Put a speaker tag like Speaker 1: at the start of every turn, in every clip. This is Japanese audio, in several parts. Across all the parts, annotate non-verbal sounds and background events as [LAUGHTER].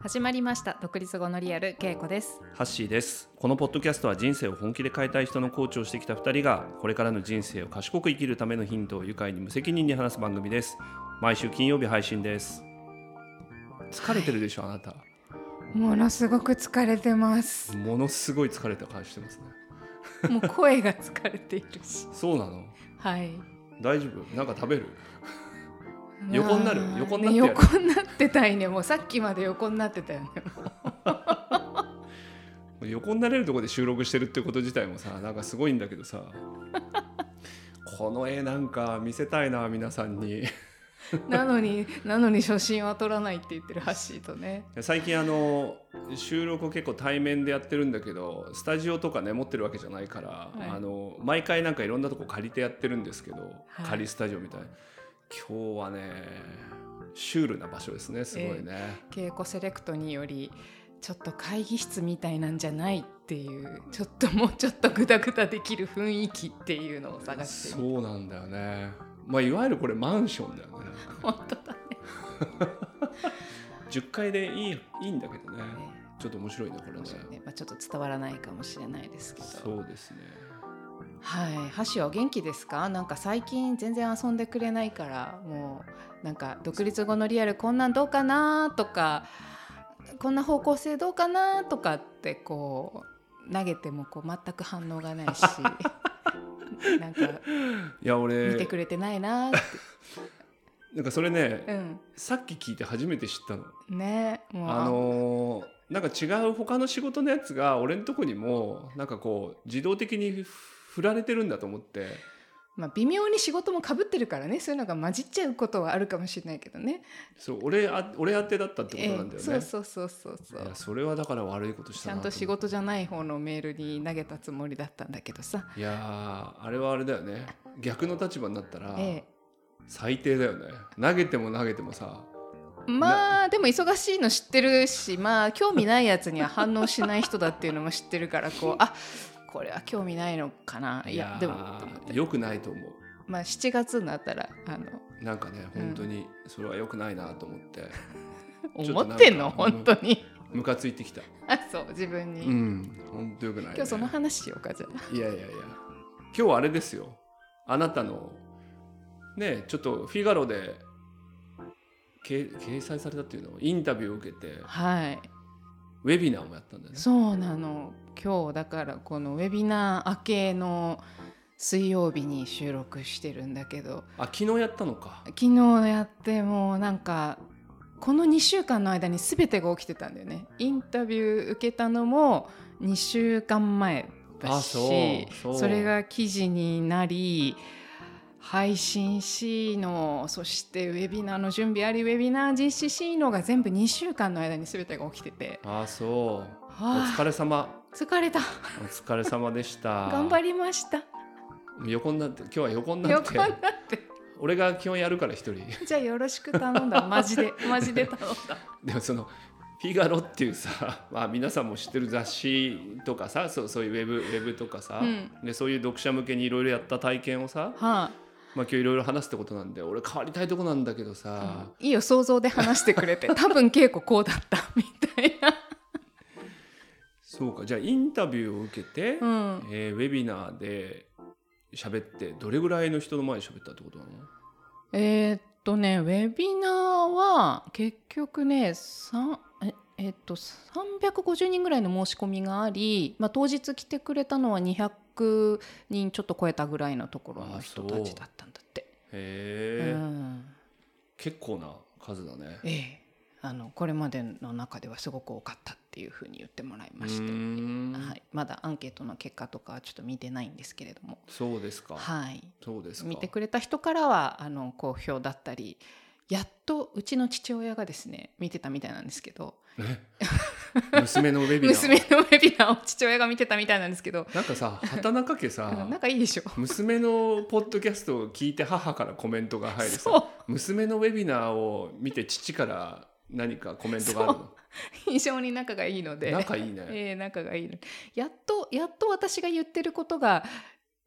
Speaker 1: 始まりました独立後のリアルけいこです
Speaker 2: ハッシーですこのポッドキャストは人生を本気で変えたい人のコーチをしてきた2人がこれからの人生を賢く生きるためのヒントを愉快に無責任に話す番組です毎週金曜日配信です疲れてるでしょ、あな
Speaker 3: ものすごく疲れてます
Speaker 2: たものすごい疲れた顔してますね
Speaker 3: もう声が疲れているし
Speaker 2: そうなの
Speaker 3: はい
Speaker 2: 大丈夫なんか食べる横になる
Speaker 3: まあ
Speaker 2: 横になってや
Speaker 3: ね
Speaker 2: る
Speaker 3: 横になってたいねもうさっきまで横になってたよね
Speaker 2: 横になれるところで収録してるってこと自体もさなんかすごいんだけどさこの絵なんか見せたいな皆さんに
Speaker 3: なのになのに初心は取らないって言ってるハッシーとね
Speaker 2: 最近あの収録を結構対面でやってるんだけどスタジオとかね持ってるわけじゃないから、
Speaker 3: い
Speaker 2: あの毎回なんかいろんなとこ借りてやってるんですけど、
Speaker 3: はい
Speaker 2: 借りスタジオみたいな今日はねシュールな場所ですねすごいね、
Speaker 3: 稽古セレクトによりちょっと会議室みたいなんじゃないっていうちょっともうちょっとグダグダできる雰囲気っていうのを探してみ
Speaker 2: そうなんだよねまあいわゆるこれマンションだよね [LAUGHS]
Speaker 3: 本当だね
Speaker 2: 10階でいいいいんだけどねちょっと面白いねこれね
Speaker 3: 面白いね、まあ、ちょっと伝わらないかもしれないですけど
Speaker 2: そうですね
Speaker 3: はい、ハシはお元気ですか？なんか最近全然遊んでくれないから、もうなんか独立後のリアルこんなんどうかなとか、こんな方向性どうかなとかってこう投げてもこう全く反応がない
Speaker 2: [LAUGHS]
Speaker 3: し、なんか
Speaker 2: いや俺
Speaker 3: 見てくれてないなって、
Speaker 2: なんかそれね、
Speaker 3: う
Speaker 2: さっき聞いて初めて知ったの
Speaker 3: ん、ね、もう
Speaker 2: あのーなんか違う他の仕事のやつが俺のとこにもなんかこう自動的に振られてるんだと思って
Speaker 3: まあ微妙に仕事もかぶってるからね、そういうのが混じっちゃうことはあるかもしれないけどね。
Speaker 2: そう俺あ俺宛てだったってことなんだ
Speaker 3: ええ
Speaker 2: よ
Speaker 3: そ
Speaker 2: ね、
Speaker 3: うそうそうそうそう
Speaker 2: い。やそれはだから悪いことし
Speaker 3: ち
Speaker 2: た
Speaker 3: ゃ
Speaker 2: なんと思
Speaker 3: と
Speaker 2: って
Speaker 3: 仕事じゃない方のメールに投げたつもりだったんだけどさ、
Speaker 2: いやーあれはあれだよね逆の立場になったら
Speaker 3: え
Speaker 2: 最低だよね、投げても投げてもさ
Speaker 3: え、まあでも忙しいの知ってるしまあ興味ないやつには反応しない人だっていうのも知ってるから
Speaker 2: [LAUGHS]
Speaker 3: こうあこれは興味ないのかないやでもと思って
Speaker 2: よくないと思う
Speaker 3: まあ7月になったらあの
Speaker 2: なんかね本当にそれは良くないなと思って、ちょっと
Speaker 3: 思ってんの
Speaker 2: なんか
Speaker 3: 本当に [LAUGHS]
Speaker 2: ムカついてきた
Speaker 3: あそう自分
Speaker 2: う
Speaker 3: に、
Speaker 2: ん本当良くない、ね、
Speaker 3: 今日その話しようかじゃあ
Speaker 2: いやいやいや今日はあれですよあなたのねちょっとフィガロでけ掲載されたっていうのインタビューを受けて
Speaker 3: はい
Speaker 2: ウェビナーもやったんだよね
Speaker 3: そうなの今日だからこのウェビナー明けの水曜日に収録してるんだけど
Speaker 2: あ昨日やったのか
Speaker 3: 昨日やってもうなんかこの2週間の間に全てが起きてたんだよねインタビュー受けたのも2週間前だ
Speaker 2: あ
Speaker 3: し
Speaker 2: そうそ
Speaker 3: そうれが記事になり配信 C のそしてウェビナーの準備ありウェビナー実施 C のが全部2週間の間に全てが起きてて
Speaker 2: あそうお
Speaker 3: は
Speaker 2: 疲れ様
Speaker 3: あ疲れた
Speaker 2: お疲れ様でし
Speaker 3: [LAUGHS]
Speaker 2: た
Speaker 3: 頑張りました
Speaker 2: 横になって今日は横になっ
Speaker 3: 横に
Speaker 2: て
Speaker 3: なって
Speaker 2: 俺が基本やるから一人 [LAUGHS]
Speaker 3: じゃあよろしく頼んだマジでマジで頼んだ
Speaker 2: でもそのフィガロっていうさ、 [LAUGHS] まあ、皆さんも知ってる雑誌とかさそうそういうウェブウェブとかさ、
Speaker 3: うん
Speaker 2: でそういう読者向けにいろいろやった体験をさ、
Speaker 3: はい、
Speaker 2: まあ、今日いろいろ話すってことなんで俺変わりたいとこなんだけどさ、
Speaker 3: いいよ想像で話してくれて [LAUGHS] 多分稽古こうだったみたいな、
Speaker 2: そうかじゃあインタビューを受けて、
Speaker 3: うん、
Speaker 2: えーウェビナーで喋ってどれぐらいの人の前で喋ったってことなの
Speaker 3: えーっとねウェビナーは結局ねさんええっと350人ぐらいの申し込みがあり、まあ、当日来てくれたのは200人ちょっと超えたぐらいのところの人たちだったんだって。
Speaker 2: へえ、
Speaker 3: うん
Speaker 2: 結構な数だね
Speaker 3: ええあのこれまでの中ではすごく多かったっていうふうに言ってもらいうまして、
Speaker 2: ーん
Speaker 3: はい、まだアンケートの結果とかはちょっと見てないんですけれども、
Speaker 2: そうですか、
Speaker 3: はい、
Speaker 2: そうですか
Speaker 3: 見てくれた人からはあの好評だったりやっとうちの父親がですね見てたみたいなんですけど
Speaker 2: 娘のウェビナー
Speaker 3: 娘のウェビナーを父親が見てたみたいなんですけど
Speaker 2: なんかさ畑中家さ
Speaker 3: [LAUGHS] うんなんかいいでしょ
Speaker 2: 娘のポッドキャストを聞いて母からコメントが入る
Speaker 3: そう
Speaker 2: さ娘のウェビナーを見て父から何かコメントがあるの
Speaker 3: 非常に仲がいいので
Speaker 2: 仲いいね
Speaker 3: ええ仲がいいのやっとやっと私が言ってることが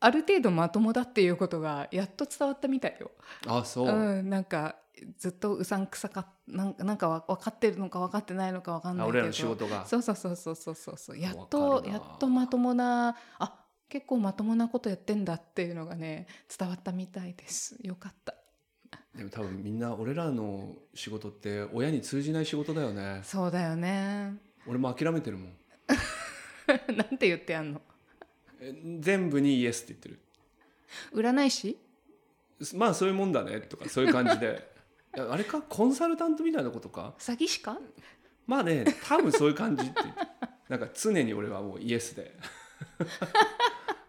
Speaker 3: ある程度まともだっていうことがやっと伝わったみたいよ。
Speaker 2: あそう、
Speaker 3: うん、なんかずっとうさんくさかなんなんかわ分かってるのか分かってないのか分かんな
Speaker 2: あ
Speaker 3: いけど
Speaker 2: 俺らの仕事が
Speaker 3: そうそうそうそうそうそうそうやっ
Speaker 2: わ
Speaker 3: と
Speaker 2: かるな
Speaker 3: やっとまともなあ結構まともなことやってんだっていうのがね伝わったみたいですよかった
Speaker 2: でも多分みんな俺らの仕事って親に通じない仕事だよね
Speaker 3: そうだよね [LAUGHS]
Speaker 2: 俺も諦めてるもん
Speaker 3: なんて言ってやんの
Speaker 2: え全部にイエスって言ってる
Speaker 3: 占い師
Speaker 2: まあそういうもんだねとかそういう感
Speaker 3: [LAUGHS]
Speaker 2: じでいやあれかコンサルタントみたいなことか
Speaker 3: 詐欺師か
Speaker 2: まあね多分そういう感じって言ってなんか常に俺はもうイエ
Speaker 3: [LAUGHS]
Speaker 2: スで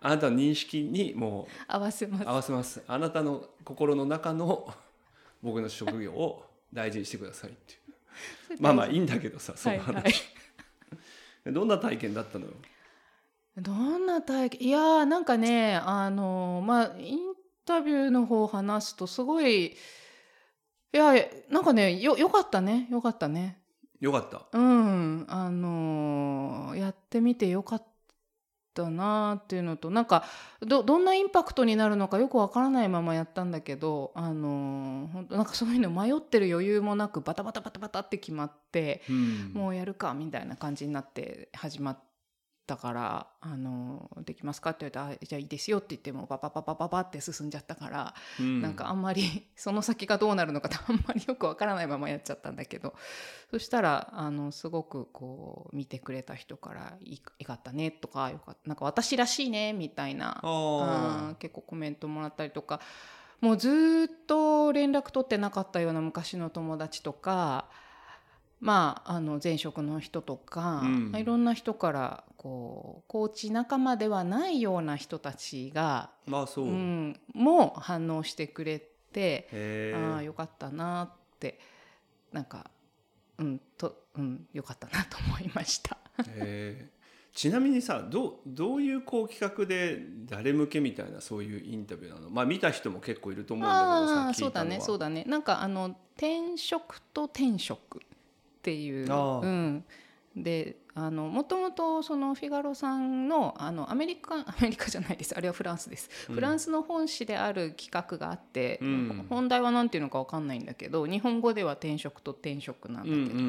Speaker 2: あなたの認識にも
Speaker 3: 合わせます
Speaker 2: う合わせますあなたの心の中の僕の職業を大事にしてくださいっていう
Speaker 3: [LAUGHS]
Speaker 2: まあまあいいんだけどさそ
Speaker 3: は
Speaker 2: の
Speaker 3: い
Speaker 2: 話、
Speaker 3: はい
Speaker 2: どんな体験だったのよ
Speaker 3: どんな体験いやーなんかねあのーまあインタビューの方を話すとすごいいやなんかねよよかったねよかったね
Speaker 2: よかった
Speaker 3: うんあのーやってみてよかったなーっていうのとなんかどどんなインパクトになるのかよくわからないままやったんだけどあのーほんとなんかそういうの迷ってる余裕もなくバタバタバタバタって決まって
Speaker 2: うん
Speaker 3: もうやるかみたいな感じになって始まったから「あのできますか?」って言われてあ「じゃあいいですよ」って言ってもババババババって進んじゃったから、
Speaker 2: うん
Speaker 3: なんかあんまり [LAUGHS] その先がどうなるのかってあんまりよくわからないままやっちゃったんだけどそしたらあのすごくこう見てくれた人からいい「よかったね」とかよかった「なんか私らしいね」みたいなうん
Speaker 2: あ
Speaker 3: 結構コメントもらったりとかもうずーっと連絡取ってなかったような昔の友達とか、まあ、あの前職の人とか、
Speaker 2: うん
Speaker 3: まあいろんな人からこうコーチ仲間ではないような人たちが、
Speaker 2: あまあそう、
Speaker 3: うん、も反応してくれて、
Speaker 2: へ
Speaker 3: ああよかったなってなんか、うんとうん、よかったなと思いました。
Speaker 2: えーちなみにさどうどういうこう企画で誰向けみたいなそういうインタビューなのまあ見た人も結構いると思うん
Speaker 3: ああ
Speaker 2: だけどさ聞
Speaker 3: そう
Speaker 2: いた
Speaker 3: だ
Speaker 2: のは
Speaker 3: ねそうだねなんかあの転職と転職っていう
Speaker 2: あ
Speaker 3: う
Speaker 2: ー
Speaker 3: ん、であのもともとそのフィガロさんのあのアメリカ [LAUGHS] アメリカじゃないですあれはフランスです、
Speaker 2: うん
Speaker 3: フランスの本誌である企画があって、
Speaker 2: うん
Speaker 3: 本題は何ていうのかわかんないんだけど日本語では転職と転職なんだ
Speaker 2: う
Speaker 3: け
Speaker 2: ん
Speaker 3: ど、
Speaker 2: うんうんう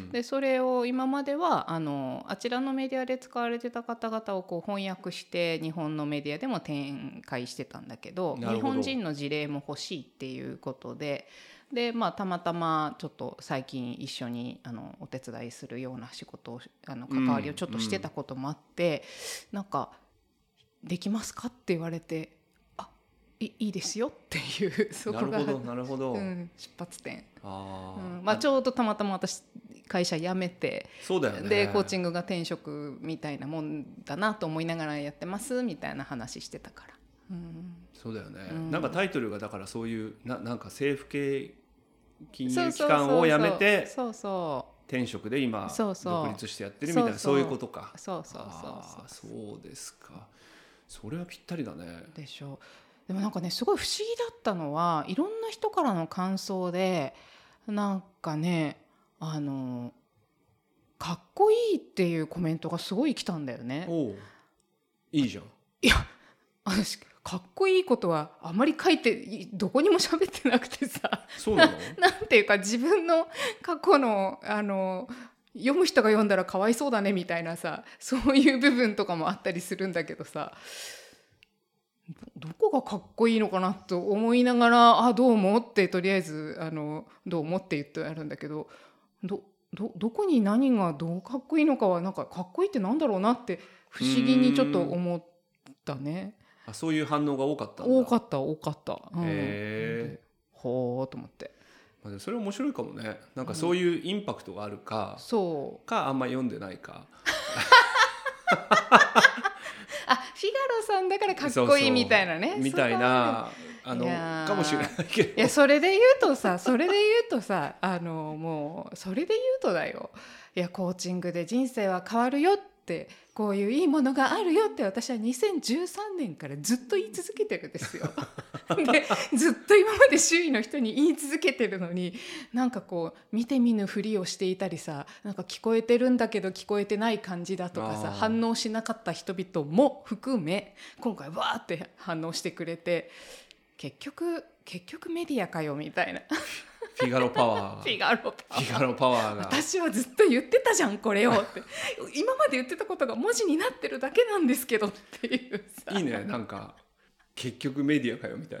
Speaker 2: ん
Speaker 3: でそれを今まではあのあちらのメディアで使われてた方々をこう翻訳して日本のメディアでも展開してたんだけど
Speaker 2: なる
Speaker 3: 日
Speaker 2: ほど
Speaker 3: 本人の事例も欲しいっていうことでで、まあ、たまたまちょっと最近一緒にあのお手伝いするような仕事をあの関わりをちょっとしてたこともあって、なんか「できますか?」って言われて「あいいいですよ」っていうそ
Speaker 2: な
Speaker 3: こ
Speaker 2: る
Speaker 3: が
Speaker 2: ほどなるほど、
Speaker 3: うん、出発点。
Speaker 2: あー、
Speaker 3: うんまあ、ちょうどたまたま私会社辞めて、
Speaker 2: そうだよね
Speaker 3: でコーチングが転職みたいなもんだなと思いながらやってますみたいな話してたから、うん
Speaker 2: そうだよね、
Speaker 3: うん
Speaker 2: なんかタイトルがだからそういうななんか政府系金
Speaker 3: そう
Speaker 2: 融機
Speaker 3: そうそう
Speaker 2: 関を辞めて
Speaker 3: そうそう
Speaker 2: 転職で今
Speaker 3: そうそう
Speaker 2: 独立してやってるみたい
Speaker 3: そ
Speaker 2: な
Speaker 3: うそう
Speaker 2: そういうことか
Speaker 3: そうそう
Speaker 2: あー
Speaker 3: そうそう
Speaker 2: そうですかそれはぴったりだね
Speaker 3: でしょうでもなんかねすごい不思議だったのはいろんな人からの感想でなんかねあのかっこいいっていうコメントがすごい来たんだよね。
Speaker 2: おういいじゃん
Speaker 3: 私かっこいいことはあまり書いていどこにも喋ってなくてさ [LAUGHS]
Speaker 2: そうなの
Speaker 3: なんていうか自分の過去のあの読む人が読んだらかわいそうだねみたいなさそういう部分とかもあったりするんだけどさどどこがかっこいいのかなと思いながら「あどうも」ってとりあえずあの「どうも」って言ってあるんだけどどどどこに何がどうかっこいいのかはなんかかっこいいってなんだろうなって不思議にちょっと思ったね。
Speaker 2: あそういう反応が多かったんだ
Speaker 3: 多かった多かった、うん
Speaker 2: へえ
Speaker 3: ほーと思って
Speaker 2: まあでもそれ面白いかもねなんかそういうインパクトがあるか、
Speaker 3: そう
Speaker 2: かあんま読んでないか
Speaker 3: あフィガロさんだからかっこいいみたいなね
Speaker 2: そうそうみたいなあの
Speaker 3: いやー
Speaker 2: かもしれないけ
Speaker 3: い
Speaker 2: ど
Speaker 3: やそれで言うとさそれで言うとさあのもうそれで言うとだよいやコーチングで人生は変わるよってこういういいものがあるよって私は2013年からずっと言い続けてるんですよ。 [LAUGHS] でずっと今まで周囲の人に言い続けてるのになんかこう見て見ぬふりをしていたりさなんか聞こえてるんだけど聞こえてない感じだとか
Speaker 2: あー
Speaker 3: さ反応しなかった人々も含め今回わーって反応してくれて結局結局メディアかよみたいな
Speaker 2: フィガロパワ
Speaker 3: フィ
Speaker 2: ー
Speaker 3: ガロパ
Speaker 2: フィガロパワーが
Speaker 3: 私はずっと言ってたじゃんこれをって今まで言ってたことが文字になってるだけなんですけどっていうさ
Speaker 2: いいねなんか結局メディアかよみたい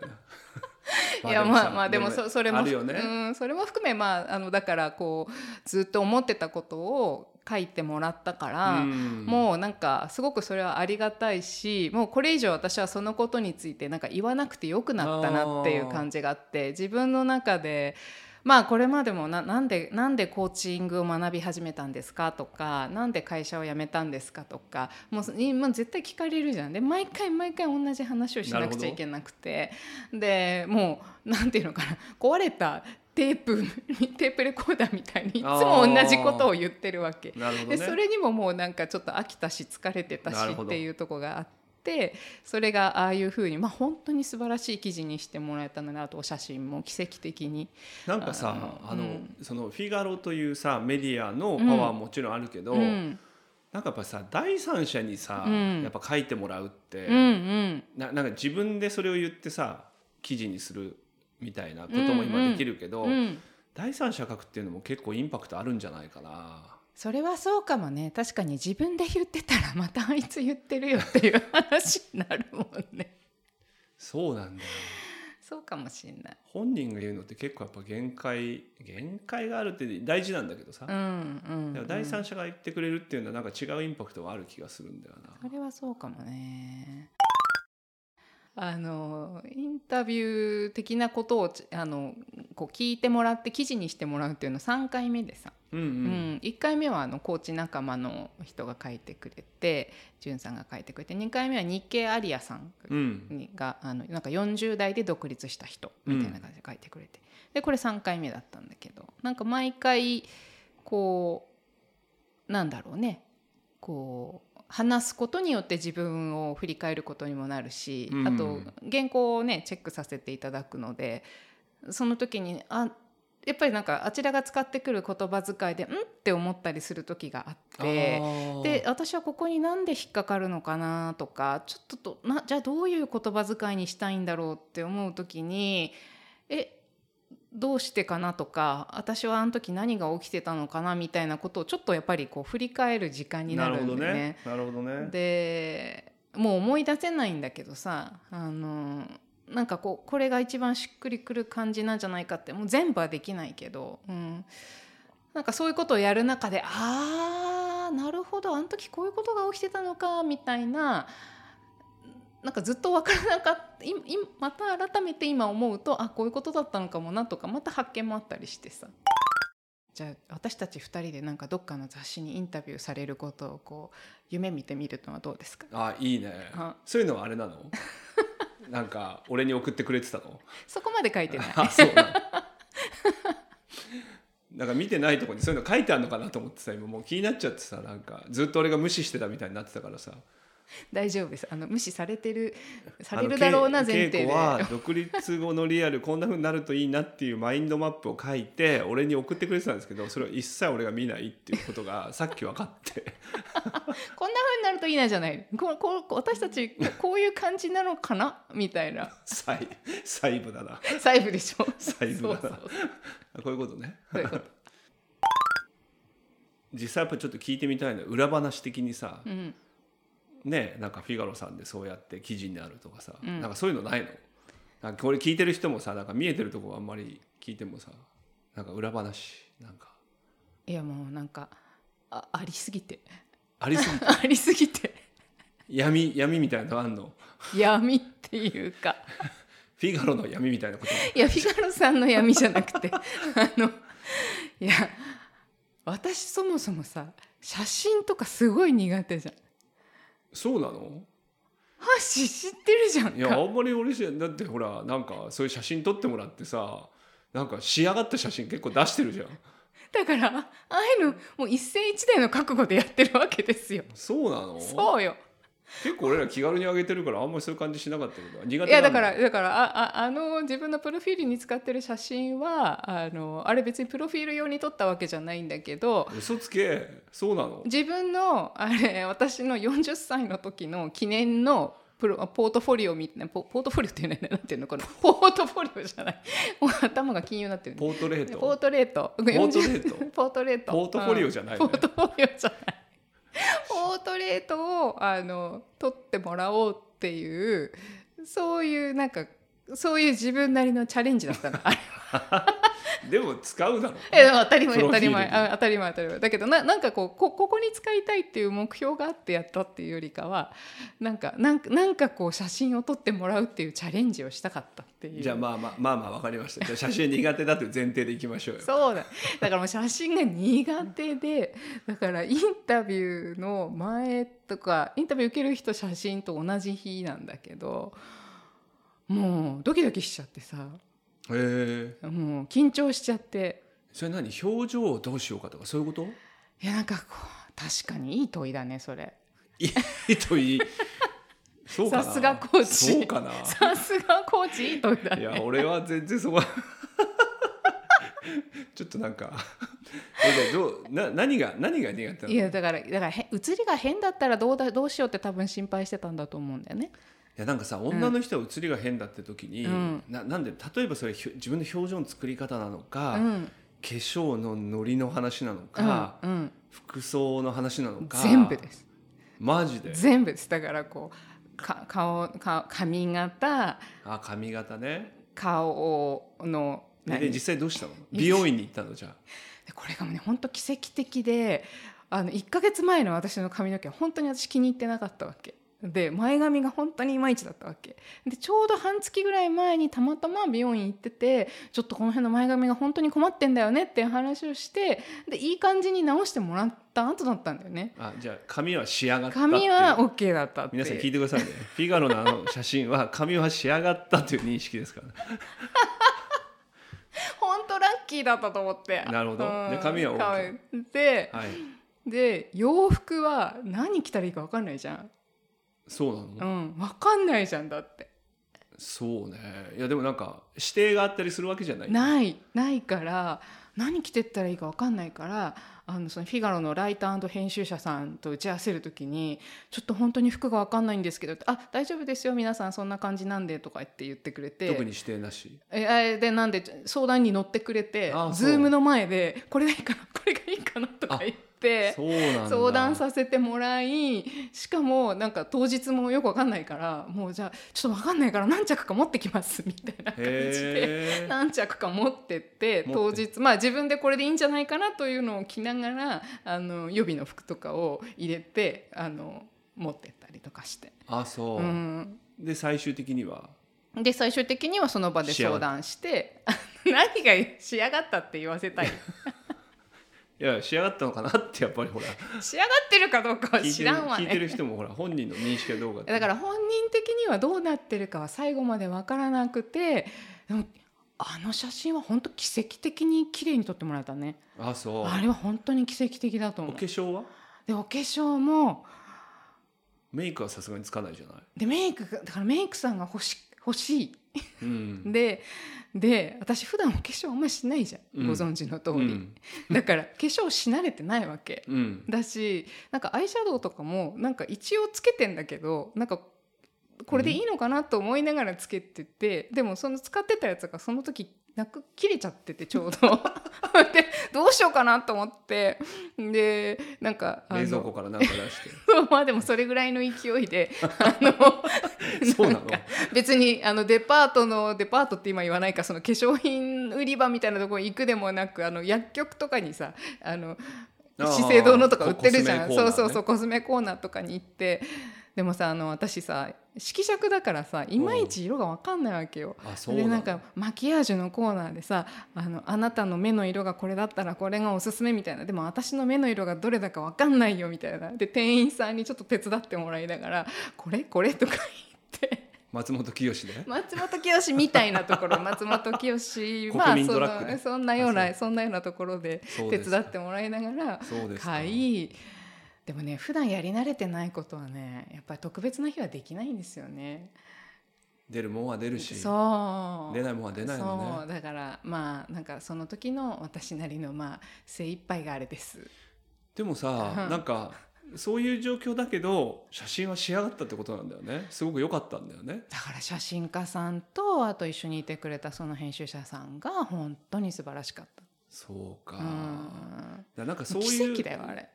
Speaker 3: [LAUGHS]
Speaker 2: な
Speaker 3: いやまあまあでもそそれも
Speaker 2: あるよね、
Speaker 3: うん、それも含めまああのだからこうずっと思ってたことを書いてもらったから、
Speaker 2: ん
Speaker 3: もうなんかすごくそれはありがたいしもうこれ以上私はそのことについてなんか言わなくてよくなったなっていう感じがあって自分の中でまあこれまでもななんでなんでコーチングを学び始めたんですかとかなんで会社を辞めたんですかとかもういもう絶対聞かれるじゃんで毎回毎回同じ話をしなくちゃいけなくてでもうなんていうのかな壊れたテープテープレコーダーみたいにいつも同じことを言ってるわけ。
Speaker 2: なるほど
Speaker 3: で
Speaker 2: ね
Speaker 3: それにももうなんかちょっと飽きたし疲れてたし
Speaker 2: なるほ
Speaker 3: っ
Speaker 2: ど
Speaker 3: ていうとこがあってそれがああいうふうに、まあ、本当に素晴らしい記事にしてもらえたのであとお写真も奇跡的に
Speaker 2: なんかさあ
Speaker 3: あ
Speaker 2: の、
Speaker 3: うん
Speaker 2: そのフィガロというさメディアのパワーはもちろんあるけど、
Speaker 3: うん
Speaker 2: なんかやっぱさ第三者にさ、
Speaker 3: うん
Speaker 2: やっぱ書いてもらうって、
Speaker 3: うんうん
Speaker 2: ななんか自分でそれを言ってさ記事にするみたいなことも
Speaker 3: うんう
Speaker 2: 今
Speaker 3: ん
Speaker 2: できるけど、
Speaker 3: うん
Speaker 2: 第三者書くっていうのも結構インパクトあるんじゃないかな。
Speaker 3: それはそうかもね確かに自分で言ってたらまたあいつ言ってるよっていう話になるもんね
Speaker 2: そうなんだよ
Speaker 3: そうかもしんない
Speaker 2: 本人が言うのって結構やっぱ限界限界があるって大事なんだけどさ、
Speaker 3: うんうん、うん、
Speaker 2: だから第三者が言ってくれるっていうのはなんか違うインパクトがある気がするんだよ
Speaker 3: そ。
Speaker 2: な
Speaker 3: れはそうかもね。あのインタビュー的なことをちあのこう聞いてもらって記事にしてもらうっていうの3回目でさ、
Speaker 2: うん
Speaker 3: うん1回目はあのコーチ仲間の人が書いてくれてじゅんさんが書いてくれて2回目は日系アリアさん
Speaker 2: うんうん
Speaker 3: にがあのなんか40代で独立した人みたいな感じで書いてくれて、でこれ3回目だったんだけどなんか毎回こうなんだろうねこう話すことによって自分を振り返ることにもなるし、
Speaker 2: うん
Speaker 3: あと原稿をねチェックさせていただくのでその時にあやっぱりなんかあちらが使ってくる言葉遣いで「ん?」って思ったりする時があって。
Speaker 2: あー
Speaker 3: で私はここになんで引っかかるのかなとかちょっととなじゃあどういう言葉遣いにしたいんだろうって思う時にえどうしてかなとか私はあの時何が起きてたのかなみたいなことをちょっとやっぱりこう振り返る時間になるんだよね。
Speaker 2: なるほどね。なるほどね。
Speaker 3: でもう思い出せないんだけどさあのなんかこうこれが一番しっくりくる感じなんじゃないかってもう全部はできないけど、うん、なんかそういうことをやる中であーなるほどあの時こういうことが起きてたのかみたいな。なんかずっと分からなかったいいまた改めて今思うとあこういうことだったのかもなとかまた発見もあったりしてさじゃあ私たち2人でなんかどっかの雑誌にインタビューされることをこう夢見てみるのはどうですか
Speaker 2: あいいね
Speaker 3: あ。
Speaker 2: そういうのはあれなの？なんか俺に送ってくれてたの？
Speaker 3: [LAUGHS] そこまで書いて [LAUGHS] ない
Speaker 2: あそうなの。なんか見てないとこにそういうの書いてあるのかなと思ってさ今もう気になっちゃってさなんかずっと俺が無視してたみたいになってたからさ
Speaker 3: 大丈夫ですあの無視されてるされるだろうな前提
Speaker 2: あの
Speaker 3: で
Speaker 2: けいけいこは独立後のリアルこんな風になるといいなっていうマインドマップを書いて俺に送ってくれてたんですけどそれを一切俺が見ないっていうことがさっき分かって
Speaker 3: [LAUGHS] こんな風になるといいなじゃないこここ私たちこういう感じなのかなみたいな
Speaker 2: 細細部だな
Speaker 3: 細部でし [LAUGHS] ょ
Speaker 2: 細部だな
Speaker 3: そうそう
Speaker 2: こういうことね
Speaker 3: そういうこと
Speaker 2: 実際やっぱちょっと聞いてみたいのは裏話的にさ、
Speaker 3: うん
Speaker 2: ねなんかフィガロさんでそうやって記事になるとかさ、
Speaker 3: うん
Speaker 2: なんかそういうのないのなんかこれ聞いてる人もさなんか見えてるとこあんまり聞いてもさなんか裏話なんか
Speaker 3: いやもうなんかあありすぎ [LAUGHS] て
Speaker 2: ありすぎて
Speaker 3: ありすぎて
Speaker 2: 闇闇みたいなのあんの
Speaker 3: 闇っていうか
Speaker 2: フィガロの闇みたいなこと
Speaker 3: いやフィガロさんの闇じゃなくて [LAUGHS] あのいや私そもそもさ写真とかすごい苦手じゃん。
Speaker 2: そうなの
Speaker 3: ハッシー知ってるじゃん
Speaker 2: いやあ
Speaker 3: か。
Speaker 2: んまり俺しだってほらなんかそういう写真撮ってもらってさなんか仕上がった写真結構出してるじゃん
Speaker 3: だからああいうのもう一世一代の覚悟でやってるわけですよ。
Speaker 2: そうなの
Speaker 3: そうよ。
Speaker 2: 結構俺ら気軽に上げてるからあんまりそういう感じしなかったけど苦手なん
Speaker 3: いやだからだからあああの自分のプロフィールに使ってる写真はあのあれ別にプロフィール用に撮ったわけじゃないんだけど
Speaker 2: 嘘つけそうなの
Speaker 3: 自分のあれ私の40歳の時の記念のプロポートフォリオみたいなポポートフォリオっていうのはなんていうの
Speaker 2: [LAUGHS]
Speaker 3: このポートフォリオじゃないもう頭が金融になってるね
Speaker 2: ポートレート
Speaker 3: ポートレートポ
Speaker 2: ポートレート
Speaker 3: ポートレート
Speaker 2: ポートフォリオじゃない
Speaker 3: ポ
Speaker 2: ね
Speaker 3: ートフォリオじゃないポートレートをあの撮ってもらおうっていうそういうなんかそういう自分なりのチャレンジだったのあれ [LAUGHS]
Speaker 2: でも使うだろ
Speaker 3: えでも当たり前
Speaker 2: プロ
Speaker 3: 当
Speaker 2: フ
Speaker 3: たり
Speaker 2: ィールに
Speaker 3: 前あ当たり前当たり前だけどななんかこうこここに使いたいっていう目標があってやったっていうよりかはなんかなんかなんかこう写真を撮ってもらうっていうチャレンジをしたかったっていう
Speaker 2: じゃあまあまあまあまあわかりましたじゃあ写真苦手だという前提でいきましょうよ
Speaker 3: そうだだからもう写真が苦手でだからインタビューの前とかインタビュー受ける人写真と同じ日なんだけどもうドキドキしちゃってさも
Speaker 2: へえ
Speaker 3: う緊張しちゃって
Speaker 2: それ何表情をどうしようかとかそういうこと
Speaker 3: いやなんかこう確かにいい問いだねそれ
Speaker 2: いいと
Speaker 3: [LAUGHS]
Speaker 2: いいそうかな
Speaker 3: さすがコーチ
Speaker 2: そうかな
Speaker 3: さすがコーチいい問いだ
Speaker 2: い
Speaker 3: ね
Speaker 2: や俺は全然そこは [LAUGHS] ちょっとなんかえじゃあどうな何が何が苦手
Speaker 3: い
Speaker 2: なのい
Speaker 3: やだからだからへ写りが変だったらどうだどうしようって多分心配してたんだと思うんだよね
Speaker 2: やなんかさ女の人は写りが変だって時に、
Speaker 3: うん
Speaker 2: ななんで例えばそれひょ自分の表情の作り方なのか、
Speaker 3: う
Speaker 2: 化
Speaker 3: ん
Speaker 2: 粧のノリの話なのか、
Speaker 3: うんうん
Speaker 2: 服装の話なのか
Speaker 3: 全部です
Speaker 2: マジで
Speaker 3: 全部ですだからこうか顔か髪型
Speaker 2: あ髪型ね
Speaker 3: 顔の
Speaker 2: え
Speaker 3: 何
Speaker 2: で実際どうしたの美容院に行ったのじゃあ
Speaker 3: でこれがもうね本当奇跡的であの1ヶ月前の私の髪の毛は本当に私気に入ってなかったわけで前髪が本当にいまいちだったわけでちょうど半月ぐらい前にたまたま美容院行っててちょっとこの辺の前髪が本当に困ってんだよねっていう話をしてでいい感じに直してもらった後だったんだよね
Speaker 2: あじゃあ髪は仕上がったっていう
Speaker 3: 髪は OK だったっていう
Speaker 2: 皆さん聞いてくださいねフィガロのあの写真は髪は仕上がったという認識ですからね
Speaker 3: 本当ラッキーだったと思って
Speaker 2: なるほどで髪は OK
Speaker 3: 髪で
Speaker 2: はい
Speaker 3: で洋服は何着たらいいか分かんないじゃん
Speaker 2: そうなの、
Speaker 3: うん分かんないじゃんだって
Speaker 2: そうねいやでもなんか指定があったりするわけじゃない
Speaker 3: ないないから何着てったらいいか分かんないからあのそのフィガロのライター編集者さんと打ち合わせる時に「ちょっと本当に服が分かんないんですけど」って「あ大丈夫ですよ皆さんそんな感じなんで」とか言って言ってくれて
Speaker 2: 特に指定なし
Speaker 3: えあれでなんで相談に乗ってくれて
Speaker 2: あそう
Speaker 3: ズームの前で「これがいいかなこれがいいかな」とか言って
Speaker 2: そうなんだ
Speaker 3: 相談させてもらいしかもなんか当日もよくわかんないからもうじゃあちょっとわかんないから何着か持ってきますみたいな感じで
Speaker 2: へー
Speaker 3: 何着か持ってって
Speaker 2: 持
Speaker 3: 当
Speaker 2: って
Speaker 3: 日まあ自分でこれでいいんじゃないかなというのを着ながらあの予備の服とかを入れてあの持ってったりとかして。
Speaker 2: あそう、
Speaker 3: うん
Speaker 2: で最終的には
Speaker 3: で最終的にはその場で相談して「 [LAUGHS] 何が仕上がった」って言わせ
Speaker 2: [LAUGHS]
Speaker 3: たい
Speaker 2: いや仕上がったのかなってやっぱ
Speaker 3: [LAUGHS]
Speaker 2: りほら
Speaker 3: 仕上がってるかどうかは
Speaker 2: 聞いて
Speaker 3: 知
Speaker 2: る
Speaker 3: らんわ
Speaker 2: 聞いて
Speaker 3: ね
Speaker 2: る人もほら本人の認識はどうかって
Speaker 3: だから本人的にはどうなってるかは最後まで分からなくてでもあの写真は本当奇跡的に綺麗に撮ってもらえたね
Speaker 2: あそう
Speaker 3: あれは本当に奇跡的だと
Speaker 2: お
Speaker 3: 思う
Speaker 2: 化粧は
Speaker 3: でお化粧も
Speaker 2: メイクはさすがにつかないじゃない
Speaker 3: でメイクがだからメイクさんが欲し欲しい
Speaker 2: うん
Speaker 3: でで私普段お化粧あんまりしないじゃん、
Speaker 2: うん
Speaker 3: ご存知の通り、
Speaker 2: うん
Speaker 3: だから化粧し慣れてないわけ
Speaker 2: うん
Speaker 3: だしなんかアイシャドウとかもなんか一応つけてんだけどなんかこれでいいのかなと思いながらつけてて、でもその使ってたやつがその時なく切れちゃっててちょうど [LAUGHS] でどうしようかなと思ってでなんかあ
Speaker 2: 冷蔵
Speaker 3: の
Speaker 2: 庫からなんか出して
Speaker 3: [LAUGHS] まあでもそれぐらいの勢いであの [LAUGHS]
Speaker 2: そうなの
Speaker 3: んか別にあのデパートのデパートって今言わないかその化粧品売り場みたいなところ行くでもなくあの薬局とかにさあの
Speaker 2: あー
Speaker 3: 資生堂のとか売ってるじ
Speaker 2: コ
Speaker 3: ゃん、
Speaker 2: コスメコー
Speaker 3: そう
Speaker 2: ナーね
Speaker 3: そうそうコスメコーナーとかに行ってでもさあの私さ色弱だからさいまいち色が分かんないわけよ。
Speaker 2: あそう
Speaker 3: で
Speaker 2: な
Speaker 3: なんん
Speaker 2: だ
Speaker 3: かマキアージュのコーナーでさあの「あなたの目の色がこれだったらこれがおすすめ」みたいなでも私の目の色がどれだか分かんないよみたいなで店員さんにちょっと手伝ってもらいながら「これこれ」とか言って
Speaker 2: 松本清で
Speaker 3: 松本清みたいなと
Speaker 2: [LAUGHS]
Speaker 3: ころ松本清
Speaker 2: 国民ドラッグね
Speaker 3: そのそんなよう
Speaker 2: あそ
Speaker 3: なそんなようなところで
Speaker 2: そう
Speaker 3: 手
Speaker 2: です
Speaker 3: 伝ってもらいながら
Speaker 2: そうですか
Speaker 3: 買いでもね普段やり慣れてないことはねやっぱり特別な日はできないんですよね。
Speaker 2: 出るもんは出るし
Speaker 3: そう
Speaker 2: 出ないもんは出ない
Speaker 3: そ
Speaker 2: の
Speaker 3: う
Speaker 2: ね
Speaker 3: だからまあなんかその時の私なりのまあ精一杯があれです。
Speaker 2: でもさ
Speaker 3: うん
Speaker 2: なんかそういう状況だけど写真は仕上がったってことなんだよねすごく良かったんだよね
Speaker 3: だから写真家さんとあと一緒にいてくれたその編集者さんが本当に素晴らしかった。
Speaker 2: そうか,、
Speaker 3: うん
Speaker 2: なんかそういう
Speaker 3: 奇跡だよあれ。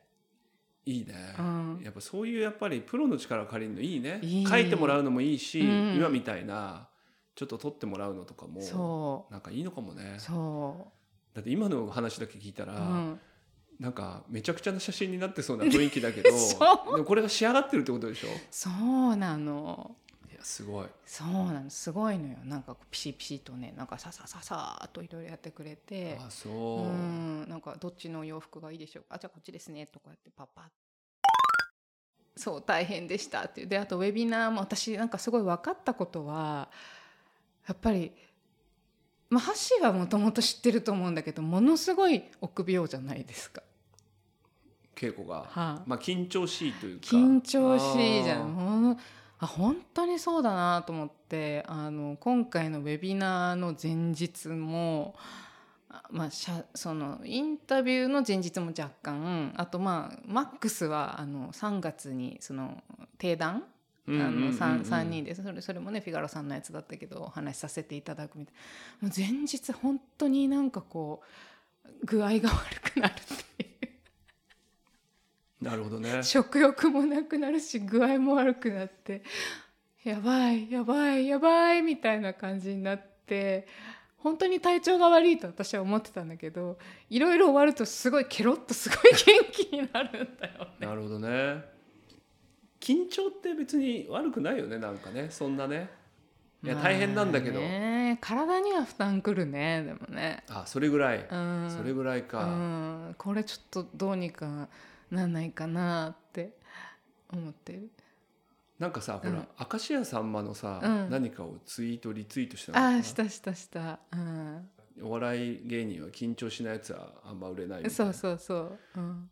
Speaker 2: いいね、
Speaker 3: うん
Speaker 2: やっぱそういうやっぱりプロの力を借りるのいいね
Speaker 3: いい
Speaker 2: 書いてもらうのもいいし、
Speaker 3: うん
Speaker 2: 今みたいなちょっと撮ってもらうのとかも
Speaker 3: そ
Speaker 2: なんかいいのかもね
Speaker 3: うそ
Speaker 2: だって今の話だけ聞いたら、
Speaker 3: う。うん
Speaker 2: なんかめちゃくちゃな写真になってそうな雰囲気だけど
Speaker 3: [LAUGHS] そう
Speaker 2: でもこれが仕上がってるってことでしょい
Speaker 3: そうなの。
Speaker 2: やすごい
Speaker 3: そうなのすごいのよなんかこうピシピシとねなんかささささーっといろいろやってくれて
Speaker 2: あそうう、
Speaker 3: んなんかどっちの洋服がいいでしょうかあじゃあこっちですねとかやってパッパッそう大変でしたっていうであとウェビナーも私なんかすごい分かったことはやっぱり、まあ、ハッシーはもともと知ってると思うんだけどものすごい臆病じゃないですか。
Speaker 2: 稽古が、
Speaker 3: はい
Speaker 2: まあ緊張しいというか
Speaker 3: 緊張しいじゃ
Speaker 2: あ
Speaker 3: ん
Speaker 2: ー
Speaker 3: ほんあ本当にそうだなと思ってあの今回のウェビナーの前日も、あまあ、しゃそのインタビューの前日も若干あとまあマックスはあの3月にその定談あ
Speaker 2: うんうんうんう
Speaker 3: の
Speaker 2: ん
Speaker 3: 3, 三人ですそれそれもねフィガロさんのやつだったけどお話しさせていただくみたいもう前日本当になんかこう具合が悪くなるっていう。
Speaker 2: なるほ
Speaker 3: [LAUGHS]
Speaker 2: どね
Speaker 3: 食欲もなくなるし具合も悪くなってやばいやばいやばいみたいな感じになって本当に体調が悪いと私は思ってたんだけどいろいろ終わるとすごいケロッとすごい元気になるんだよね。
Speaker 2: なるほどね緊張って別に悪くないよねなんかねそんなねいや大変なんだけど、
Speaker 3: まあね体には負担くるねでもね。
Speaker 2: あそれぐらい、
Speaker 3: うん
Speaker 2: それぐらいか、
Speaker 3: うん、これちょっとどうにかなんないかなって思ってる。
Speaker 2: なんかさほ
Speaker 3: う
Speaker 2: ら、
Speaker 3: ん
Speaker 2: 明石家さんまのさ、
Speaker 3: うん
Speaker 2: 何かをツイートリツイートしたのか
Speaker 3: あ
Speaker 2: な
Speaker 3: あしたしたした。うん、
Speaker 2: お笑い芸人は緊張しないやつはあんま売れないみたいな
Speaker 3: そうそうそう。うん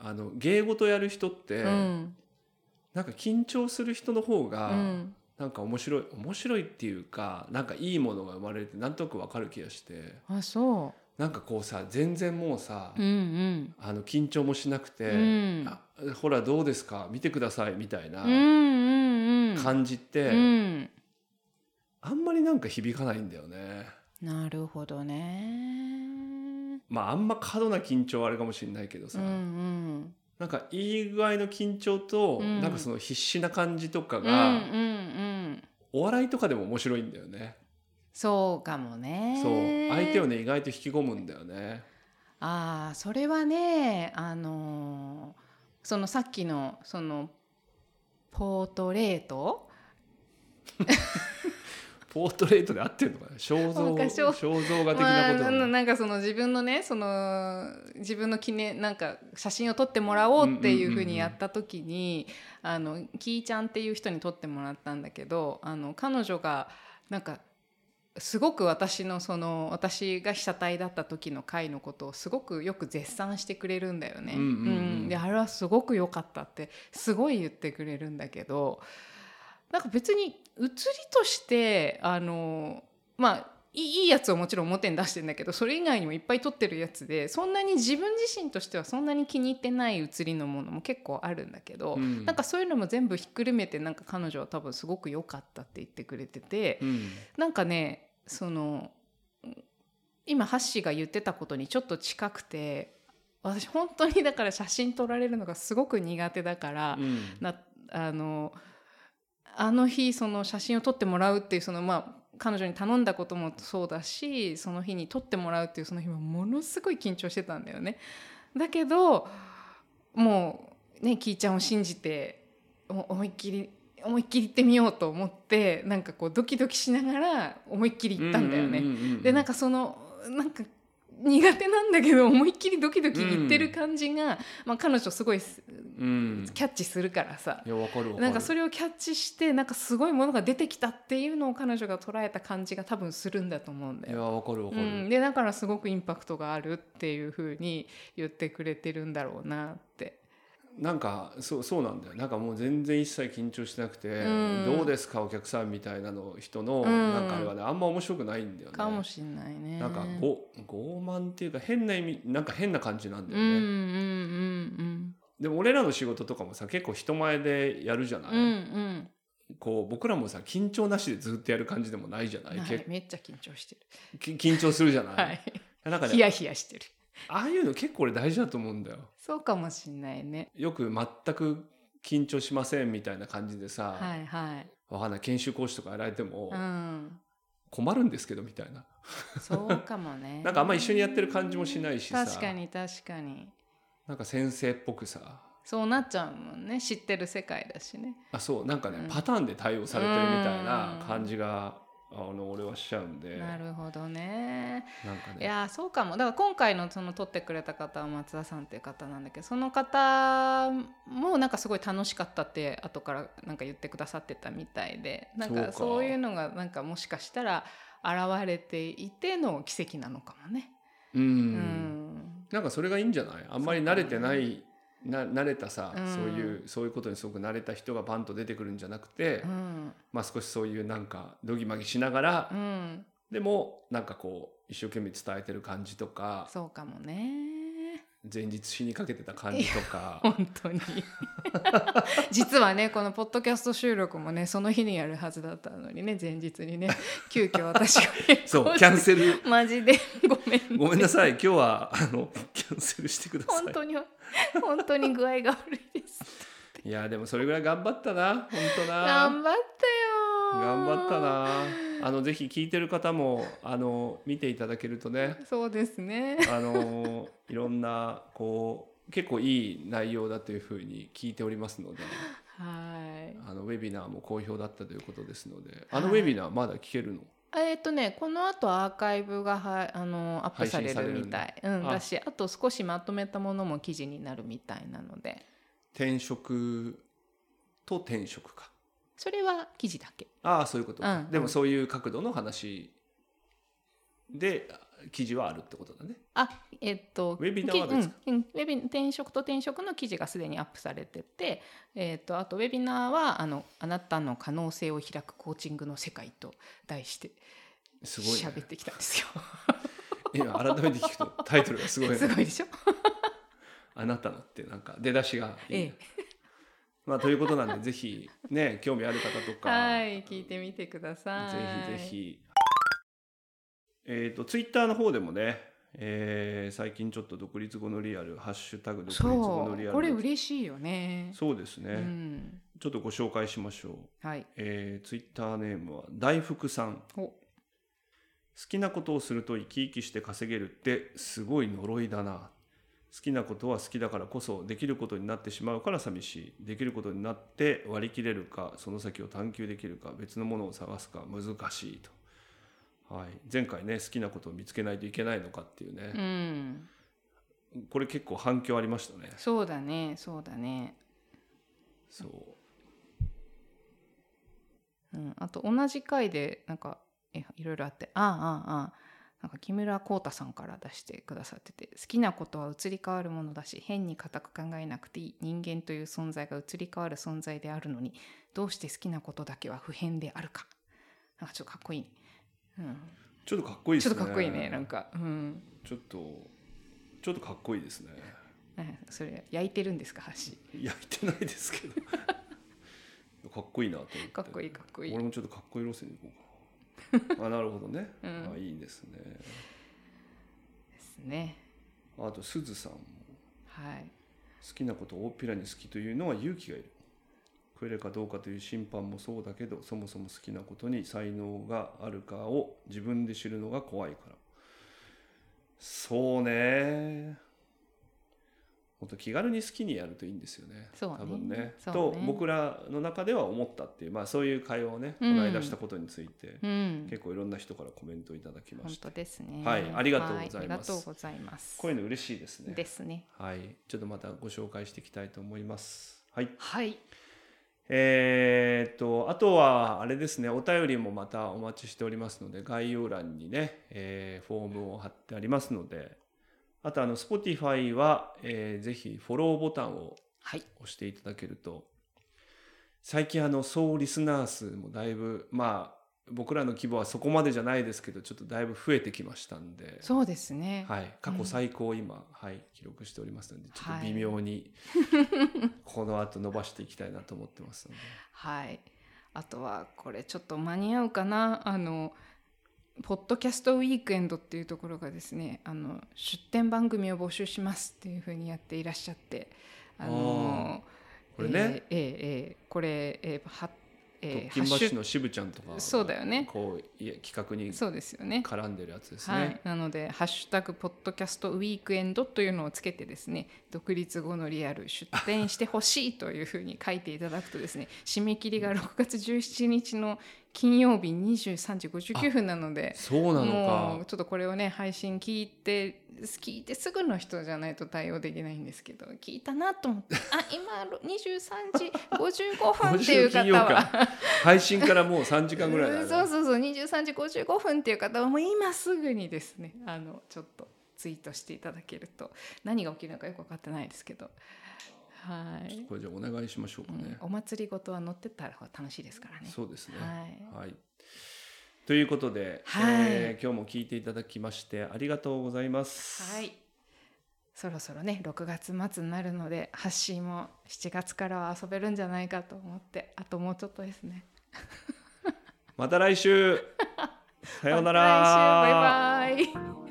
Speaker 2: あの芸事やる人って、
Speaker 3: うん
Speaker 2: なんか緊張する人の方
Speaker 3: う
Speaker 2: が、
Speaker 3: ん、
Speaker 2: なんか面白い面白いっていうかなんかいいものが生まれるってなんとなくわかる気がして
Speaker 3: あそ
Speaker 2: なんかこうさ全然もうさ、
Speaker 3: う。うん
Speaker 2: あの緊張もしなくて、
Speaker 3: うん。うん
Speaker 2: あほらどうですか見てくださいみたいな
Speaker 3: うんうんうん。
Speaker 2: 感じって、
Speaker 3: うん。
Speaker 2: あんまりなんか響かないんだよね。
Speaker 3: なるほどね。
Speaker 2: まああんま過度な緊張はあれかもしれないけど
Speaker 3: う
Speaker 2: さ、
Speaker 3: んうん。
Speaker 2: なんかいい具合の緊張と、
Speaker 3: うん
Speaker 2: なんかその必死な感じとか
Speaker 3: うんう
Speaker 2: が、
Speaker 3: んうん。
Speaker 2: お笑いとかでも面白いんだよね。
Speaker 3: そうかもね。
Speaker 2: そう相手を。ね意外と引き込むんだよね。
Speaker 3: ああそれはねあのーそのさっきのそのポートレート
Speaker 2: ポートレートで合ってるのかな肖像
Speaker 3: なんか肖
Speaker 2: 肖像画的なこと
Speaker 3: まあ
Speaker 2: だ
Speaker 3: な
Speaker 2: ね
Speaker 3: なんかその自分のねその自分の記念なんか写真を撮ってもらおうっていうふうにやった時に、あのキーちゃんっていう人に撮ってもらったんだけどあの彼女がなんかすごく私のその私が被写体だった時の回のことをすごくよく絶賛してくれるんだよね。
Speaker 2: うんうんうん
Speaker 3: であれはすごく良かったってすごい言ってくれるんだけどなんか別に写りとしてあのまあいいいいやつをもちろん表に出してんだけどそれ以外にもいっぱい撮ってるやつでそんなに自分自身としてはそんなに気に入ってない写りのものも結構あるんだけど、
Speaker 2: うん
Speaker 3: なんかそういうのも全部ひっくるめてなんか彼女は多分すごく良かったって言ってくれてて、
Speaker 2: うん
Speaker 3: なんかねその今ハッシーが言ってたことにちょっと近くて私本当にだから写真撮られるのがすごく苦手だから、
Speaker 2: うん
Speaker 3: なあのあの日その写真を撮ってもらうっていうそのまあ彼女に頼んだこともそうだしその日に撮ってもらうっていうその日はものすごい緊張してたんだよね。だけどもうねキイちゃんを信じてお思いっきり思いっきり行ってみようと思ってなんかこうドキドキしながら思いっきり行ったんだよね。
Speaker 2: ううううう
Speaker 3: でなんかそのなんか苦手なんだけど思いっきりドキドキ行ってる感じが、まあ、彼女すごいす
Speaker 2: うん
Speaker 3: キャッチするからさ
Speaker 2: いやわかるわかる
Speaker 3: なんかそれをキャッチしてなんかすごいものが出てきたっていうのを彼女が捉えた感じが多分するんだと思うんだ
Speaker 2: いや
Speaker 3: よ。
Speaker 2: わかるわ
Speaker 3: う
Speaker 2: かる、
Speaker 3: ん、でだからすごくインパクトがあるっていうふうに言ってくれてるんだろうなって。
Speaker 2: なんかそうそうなんだよなんかもう全然一切緊張しなくて、
Speaker 3: うん
Speaker 2: どうですかお客さんみたいなの人
Speaker 3: う
Speaker 2: の、
Speaker 3: ん
Speaker 2: なんかあれはねあんま面白くないんだよね。
Speaker 3: かもしんないね
Speaker 2: なんかご傲慢っていうか変な意味なんか変な感じなんだ
Speaker 3: うん
Speaker 2: よ
Speaker 3: うん
Speaker 2: ね、
Speaker 3: うん
Speaker 2: でも俺らの仕事とかもさ結構人前でやるじゃない、
Speaker 3: うんうん
Speaker 2: こう僕らもさ緊張なしでずっとやる感じでもないじゃな
Speaker 3: う
Speaker 2: い
Speaker 3: ん、は
Speaker 2: け
Speaker 3: い、めっちゃ緊張してる
Speaker 2: き緊張するじゃない、
Speaker 3: はい
Speaker 2: なんか
Speaker 3: ヒ
Speaker 2: ね
Speaker 3: ヤヒヤしてる
Speaker 2: ああいうの結構俺大事だと思うんだよ
Speaker 3: そうかもしんないね
Speaker 2: よく全く緊張しませんみたいな感じでさ、
Speaker 3: はいはい
Speaker 2: わかんない研修講師とかやられても
Speaker 3: うん
Speaker 2: 困るんですけどみたいな、
Speaker 3: そうかもね
Speaker 2: [LAUGHS] なんかあんま一緒にやってる感じもしないしさ
Speaker 3: 確かに確かに
Speaker 2: なんか先生っぽくさ
Speaker 3: そうなっちゃうもんね知ってる世界だしね
Speaker 2: あそうなんかね、
Speaker 3: うん
Speaker 2: パターンで対応されてるみたいな
Speaker 3: うん
Speaker 2: 感じが、あの俺はしちゃうんで
Speaker 3: なるほどね
Speaker 2: なんか
Speaker 3: い
Speaker 2: ね
Speaker 3: やーそうかもだから今回のその撮ってくれた方は松田さんっていう方なんだけどその方もなんかすごい楽しかったって後からなんか言ってくださってたみたいでなん
Speaker 2: そうか
Speaker 3: かそういうのがなんかもしかしたら現れていての奇跡なのかもね。
Speaker 2: うん、
Speaker 3: うん
Speaker 2: なんかそれがいいんじゃないあんまり慣れてない、な慣れたさ、
Speaker 3: うん
Speaker 2: そういうそういうことにすごく慣れた人がバンと出てくるんじゃなくて、
Speaker 3: うん
Speaker 2: まあ少しそういうなんかドギマギしながら、
Speaker 3: うん、
Speaker 2: でもなんかこう一生懸命伝えてる感じとか
Speaker 3: そうかもね
Speaker 2: 前日死にかけてた感じと
Speaker 3: [LAUGHS]
Speaker 2: か
Speaker 3: 本当に実はねこのポッドキャスト収録もねその日にやるはずだったのにね前日にね急遽私が
Speaker 2: そうキャンセル
Speaker 3: マジでごめん、
Speaker 2: ごめんなさい今日はあのキャンセルしてください
Speaker 3: 本当に本当に具合が悪いです。
Speaker 2: いやでもそれぐらい頑張ったな本当な
Speaker 3: 頑張ったよ。
Speaker 2: 頑張ったなあのぜひ聞いてる方もあの見ていただけるとね
Speaker 3: た。そうですね。
Speaker 2: あのいろんなこう結構いい内容だというふうに聞いておりますので
Speaker 3: はい。
Speaker 2: あのウェビナーも好評だったということですのであのウェビナーまだ聞けるの、
Speaker 3: えっとねこの後アーカイブがはあのアップされ
Speaker 2: 配信され
Speaker 3: る
Speaker 2: る
Speaker 3: み
Speaker 2: ん
Speaker 3: た
Speaker 2: だ
Speaker 3: い。うん
Speaker 2: あ
Speaker 3: だしあと少しまとめたものも記事になるみたいなので、
Speaker 2: 転職と転職か
Speaker 3: それは記事だけ。
Speaker 2: ああそういうことか、
Speaker 3: うんうん
Speaker 2: でもそういう角度の話で記事はあるってことだね
Speaker 3: あえっと
Speaker 2: ウェビナーは別か
Speaker 3: きうんうんウェビ転職と転職の記事がすでにアップされてて、えっとあとウェビナーはあの「あなたの可能性を開くコーチングの世界」と題して
Speaker 2: すごい、ね
Speaker 3: 喋っ、てきたんですよ。
Speaker 2: [LAUGHS] 今改めて聞くとタイトルがす
Speaker 3: [LAUGHS]
Speaker 2: ごい、ね、
Speaker 3: すごいでしょ
Speaker 2: あなたのってなんか出だしがいい、
Speaker 3: ええ
Speaker 2: まあということなんでぜひね興味ある方とか、
Speaker 3: はい聞いてみてください
Speaker 2: ぜひぜひえっ、とツイッターの方でもね、えー最近ちょっと独立後のリアル「ハッシュタグ独立後
Speaker 3: そ
Speaker 2: のリ
Speaker 3: う
Speaker 2: アル」
Speaker 3: これ嬉しいよね
Speaker 2: そうですね、
Speaker 3: うん
Speaker 2: ちょっとご紹介しましょう、
Speaker 3: はい
Speaker 2: えーツイッターネームは大福さん
Speaker 3: お
Speaker 2: 好きなことをすると生き生きして稼げるってすごい呪いだな好きなことは好きだからこそできることになってしまうから寂しいできることになって割り切れるかその先を探求できるか別のものを探すか難しいと、はい、前回ね好きなことを見つけないといけないのかっていう
Speaker 3: う
Speaker 2: ね、
Speaker 3: ん
Speaker 2: これ結構反響ありましたね
Speaker 3: そうだねそうだね
Speaker 2: そう
Speaker 3: うんあと同じ回でなんかえいろいろあってああああああなんか木村浩太さんから出してくださってて好きなことは移り変わるものだし変に固く考えなくていい人間という存在が移り変わる存在であるのにどうして好きなことだけは不変であるかなんかちょっとかっこいいね、うん、
Speaker 2: ちょっとかっこいいで
Speaker 3: ちょ
Speaker 2: す
Speaker 3: っ
Speaker 2: ね
Speaker 3: とかっこいいねなんかうん
Speaker 2: ちょっとちょっとかっこいいですね
Speaker 3: ねそれ焼いてるんですか箸
Speaker 2: 焼いてないで
Speaker 3: [LAUGHS]
Speaker 2: すけどかっこいいなと思って
Speaker 3: かっこいいかっこいい
Speaker 2: 俺もちょっとかっこいい路線で行こう
Speaker 3: [LAUGHS]
Speaker 2: かなあなるほどね、
Speaker 3: うん
Speaker 2: あいいですね
Speaker 3: ですね
Speaker 2: あとすずさんも
Speaker 3: はい
Speaker 2: 好きなことを大っぴらに好きというのは勇気がいる食えるかどうかという審判もそうだけどそもそも好きなことに才能があるかを自分で知るのが怖いからそうねほんと気軽に好きにやるといいんですよね
Speaker 3: そうね
Speaker 2: 多分ね
Speaker 3: そうね
Speaker 2: と僕らの中では思ったっていう、まあ、そういう会話をねこ
Speaker 3: うん
Speaker 2: の間したことについて、
Speaker 3: うん
Speaker 2: 結構いろんな人からコメントいただきま
Speaker 3: 本
Speaker 2: した
Speaker 3: 当ですね
Speaker 2: はいありがとうございます
Speaker 3: はありがとうございます
Speaker 2: こういうの嬉しいですね
Speaker 3: ですね
Speaker 2: はいちょっとまたご紹介していきたいと思いますはい
Speaker 3: はい
Speaker 2: えーっとあとはあれですねお便りもまたお待ちしておりますので概要欄にね、えーフォームを貼ってありますのであとあの Spotify は、えーぜひフォローボタンを
Speaker 3: はい
Speaker 2: 押していただけると最近あの総リスナー数もだいぶまあ僕らの規模はそこまでじゃないですけどちょっとだいぶ増えてきましたんで
Speaker 3: そうですね、
Speaker 2: はい、過去最高を今、はい、記録しておりますのでちょっと微妙にこの後伸ばしていきたいなと思ってますので、
Speaker 3: はい。あとはこれちょっと間に合うかなあのポッドキャストウィークエンドっていうところがですねあの出展番組を募集しますっていうふうにやっていらっしゃってあの
Speaker 2: これね、
Speaker 3: えーえーえーこれ、えーはえー
Speaker 2: 特
Speaker 3: ハッ
Speaker 2: 勤
Speaker 3: シ
Speaker 2: バッシュ
Speaker 3: ュ
Speaker 2: の渋ちゃんとか
Speaker 3: そうだよね
Speaker 2: こういえ企画に
Speaker 3: そうですよね。
Speaker 2: 絡んでるやつですね。
Speaker 3: はい、なので「ハッシュタグポッドキャストウィークエンド」というのをつけてですね独立後のリアル出展してほしいというふうに書いていただくとですね締め切りが6月17日の金曜日23時59分なので
Speaker 2: そうなの
Speaker 3: もう
Speaker 2: か
Speaker 3: ちょっとこれをね配信聞いて聞いてすぐの人じゃないと対応できないんですけど聞いたなと思ってあ今23時55分って
Speaker 2: [LAUGHS]
Speaker 3: いう方
Speaker 2: 金曜
Speaker 3: は
Speaker 2: か。配信からもう3時間ぐらいだ、
Speaker 3: う
Speaker 2: ね、
Speaker 3: んそうそうそう23時55分っていう方はもう今すぐにですねあのちょっとツイートしていただけると何が起きるのかよく分かってないですけどはい、
Speaker 2: これじゃあお願いしましょう
Speaker 3: う
Speaker 2: か
Speaker 3: ん
Speaker 2: ね、。
Speaker 3: お祭りごとは乗ってったら楽しいですからね
Speaker 2: そうですね、
Speaker 3: はい
Speaker 2: はい。ということで、
Speaker 3: はい
Speaker 2: えー今日も聞いていただきましてありがとうございます。
Speaker 3: はいそろそろね6月末になるのでハッシーも7月からは遊べるんじゃないかと思ってあともうちょっとですね [LAUGHS]
Speaker 2: また来週。さようなら。
Speaker 3: また来週バイバイ